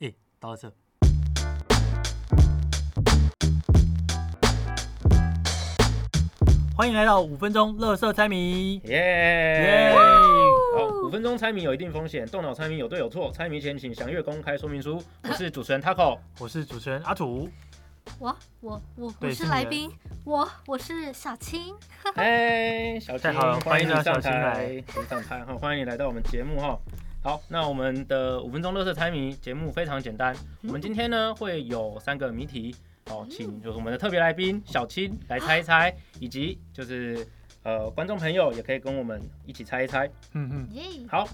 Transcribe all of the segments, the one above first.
哎到这。欢迎来到五分钟乐色猜谜，耶耶！好，五分钟猜谜有一定风险，动脑猜谜有对有错。猜谜前请详阅公开说明书。我是主持人 Taco，我是主持人阿土。我我我我对是是你来的宾，我我是小青，哎，小青太好了，欢欢迎迎你小上青来台，请上台哈，欢迎你来到我们节目哈。好，那我们的五分钟乐色猜谜节目非常简单，我们今天呢会有三个谜题哦，请就是我们的特别来宾小青来猜一猜，以及就是呃观众朋友也可以跟我们一起猜一猜。嗯嗯，耶、好，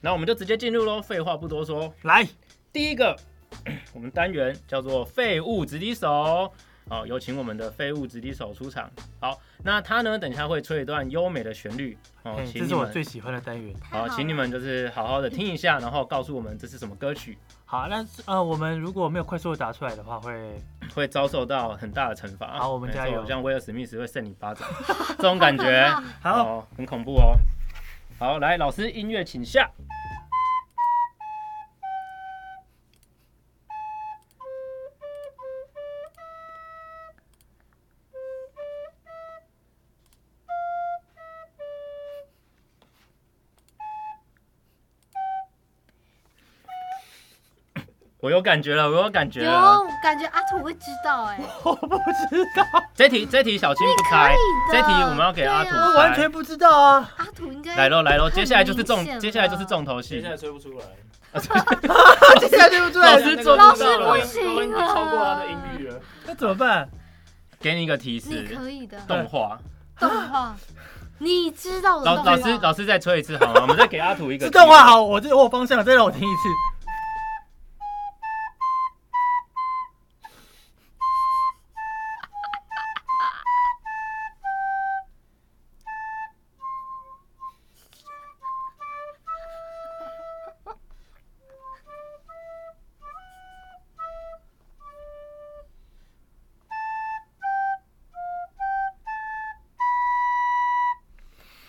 那我们就直接进入喽，废话不多说，来，第一个， 我们单元叫做废物直敌手。好，有请我们的废物直敌手出场。好，那他呢？等一下会吹一段优美的旋律哦，嘿哎请嗯这你是我们最喜欢的单元。太好，了请你们就是好好的听一下，然后告诉我们这是什么歌曲， 好，那呃，我们如果没有快速的答出来的话，会会遭受到很大的惩罚。好我们没错加油像威尔史密斯会扇你巴掌这种感觉， 好。哦，很恐怖哦。好，来，老师音乐请下。我有感觉了，我有感觉了。有感觉阿土会知道哎、 我不知道，这题这题小青不可猜以，的这题我们要给阿土对啊我猜完全不知道啊！阿土应该来喽来喽，很接下来就是重明显，了接下来就是重头戏。吹不出来，啊， 接下来对不对？老师做老师不行了，域了。那怎么办？给你一个提你示，可以的，动画。动画，你知道的老动画老师老师再吹一次好吗？我们再给阿土一个是机会动画。好，我这我有方向，再让我听 一次。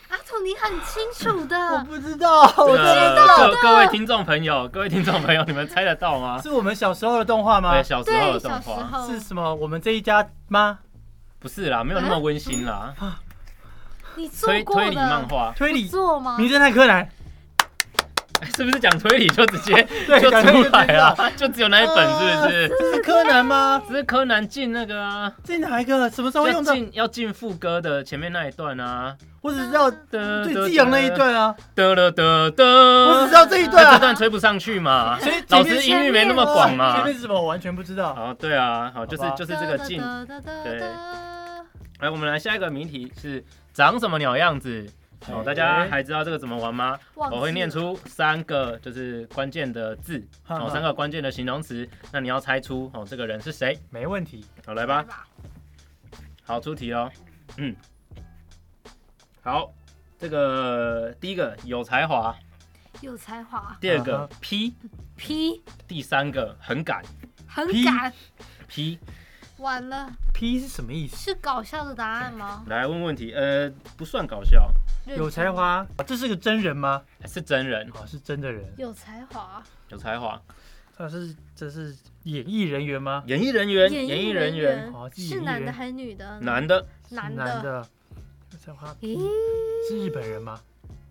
阿土你很清楚我的，不知道，我这真的个各各位听众朋友，各位听众朋友，你们猜得到 吗？是我们小时候的动画吗对，？小时候对，的动小时画候是什么？我们这一家吗？不是啦，没有那么温馨啦。你做推过推的理漫画推你理做吗？名侦探柯南，是不是讲推理就直接对就讲推理出就来知道了？就只有那一哎本呃是不是？这是柯南吗？只是柯南进那个啊，这哪一个？什么时候要用的？进要进副歌的前面那一段啊，我只知道的最激昂那一，段啊，得了得我只得知，道这一段这啊。呃段吹不上去嘛，所以前老面师音域没那么广嘛哦前。面是什么？我完全不知道。好，对啊，好，就是好吧就是这个进。哒哒哒哒对哒来，我们来下一个谜题是长什么鸟样子？哎哦，大家还知道这个怎么玩吗？忘记我会念了出三个就是关键的字，哈哦，哈三个关键的形容词，那你要猜出哦这个人是谁。没问题。好，来嗯吧，好出题哦。嗯，好，这个第一个有才华，有才华第二个嗯批， ，P 第三个很敢很 P 敢，批。完了。 P 是什么意思？是搞笑的答案吗？来问问题，呃，不算搞笑，有才，华，这是个真人吗？是真人，哦，是真的人。有才华，有才华，他是这是演艺人员吗？演艺人员，演演艺艺人人员，哦是是演艺男的人还是女的？男的。男是男。的。有才华咦 P，是日本人吗？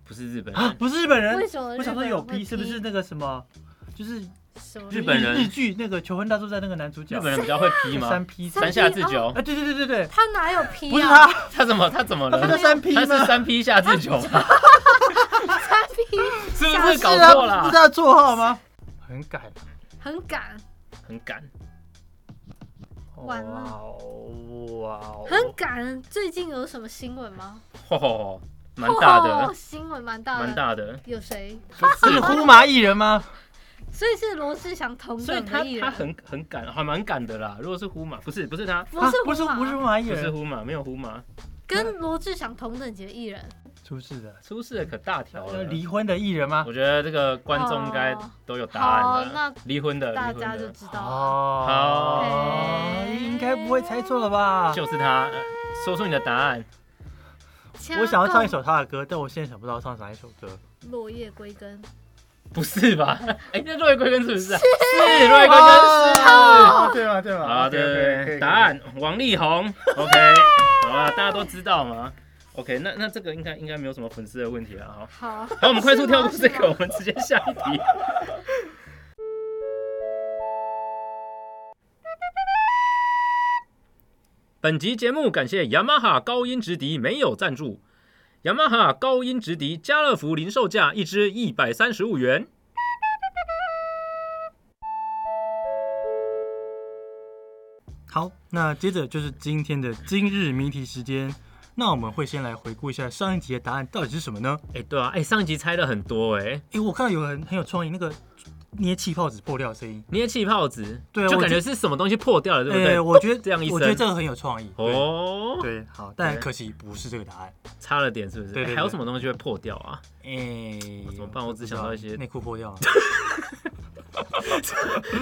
不是日本啊，人，不是日本人为。什么呃日本人会？我想说有 P 是不是那个什么？就是什么日本人日剧那个《求婚大作战》那个男主角，日本人比较会劈吗三？P 三哦三下智久，啊，对对对对对，他哪有 P 啊？不是他，他怎么他怎么他不了叫？三 P 他是吗？啊三劈下智久吗？他 P 是下不智是久搞是他错不了是？他的绰号吗？很啊敢，很敢，很敢，完了哇哦哇哦，很敢。最近有什么新闻吗？吼吼吼，蛮大哦的，新闻蛮大的，蛮。大的，有谁？不是呼麻艺人吗？所以是罗志祥同所以等他的艺他人，很很敢，还蛮敢的啦。如果是呼马，不是不是他，不是啊不是胡马不是呼麻艺不是人，呼马，没有呼马，跟罗志祥同等级的艺人。出事的，出事的可大条呃，了。离婚的艺人吗？我觉得这个观众应该哦都有答好，案了，那离婚的，大离家婚就的，知道了。哦哎应该不会猜错了吧？就是他。呃说出你的答案，掐我想要唱一够首他的歌，但我现在想不到唱哪一首歌。 《落叶归根》。不是吧？ 哎，那落叶归根是不是啊？是落叶归哦根是。啊，对吧？对吧？好 OK，OK，的，可以可以答案王力 宏。OK，好了，大家都知道嘛。OK，那那这个应该应该没有什么粉丝的问题了哈。好，好，我们快速跳过这 是个，吗我们直接下一题。本集节目感谢雅马哈高音直笛没有赞助。雅马哈高音直笛家乐福零售价一支一百三十五元。好，那接着就是今天的今日谜题时间。那我们会先来回顾一下上一集的答案到底是什么呢？哎、对啊，哎、上一集猜了很多哎、诶，我看到有人很有创意，那个捏气泡纸破掉的声音。捏气泡纸，对啊就我感觉觉是什么东西破掉了，对不对？诶我觉得 这样一我觉得声这个很有创意。对，哦，对，好，但对可惜不是这个答案。差了点是不是？对对哎对还有什么东西会破掉啊？ 诶，怎么办我只不知想到道一些内裤破掉了。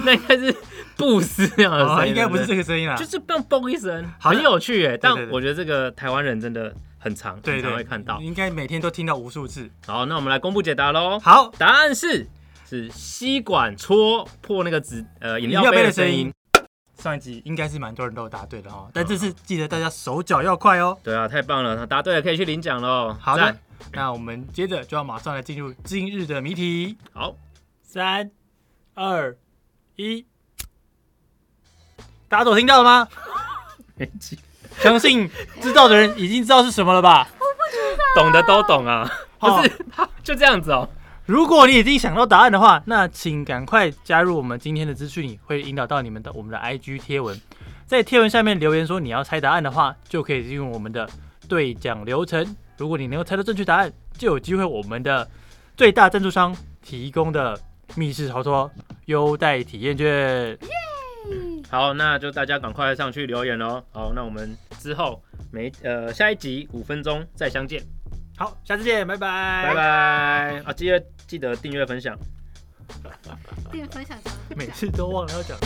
那应该是布斯啊那样的 声哦，音，应该不是这个，个声音啦就。是嘣嘣一声，好很有趣哎。但对对我觉得这个台湾人真的很长，对很常对，会看到。应该每天都听到无数次。好，那我们来公布解答喽。好，答案是是吸管戳破那个纸呃饮饮料料杯杯的的声声音音。上一集应该是蛮多人都有答对的哦，但这次记得大家手脚要快哦。对啊，太棒了，答对了可以去领奖喽。好赞的，，那我们接着就要马上来进入今日的谜题。 好，三、二、一，大家都听到了吗？没记相信知道的人已经知道是什么了吧？懂的都懂啊，哦不是 就这样子哦。如果你已经想到答案的话，那请赶快加入我们今天的资讯，会引导到你们的我们的 IG 贴文，在贴文下面留言说你要猜答案的话，就可以进入我们的兑奖流程。如果你能够猜到正确答案，就有机会我们的最大赞助商提供的密室逃脱优待体验券。好，那就大家赶快上去留言喽。好，那我们之后每呃下一集五分钟再相见，好，下次见，拜拜，拜。拜啊！记得记得订阅分享。订阅分享，每次都忘了要讲。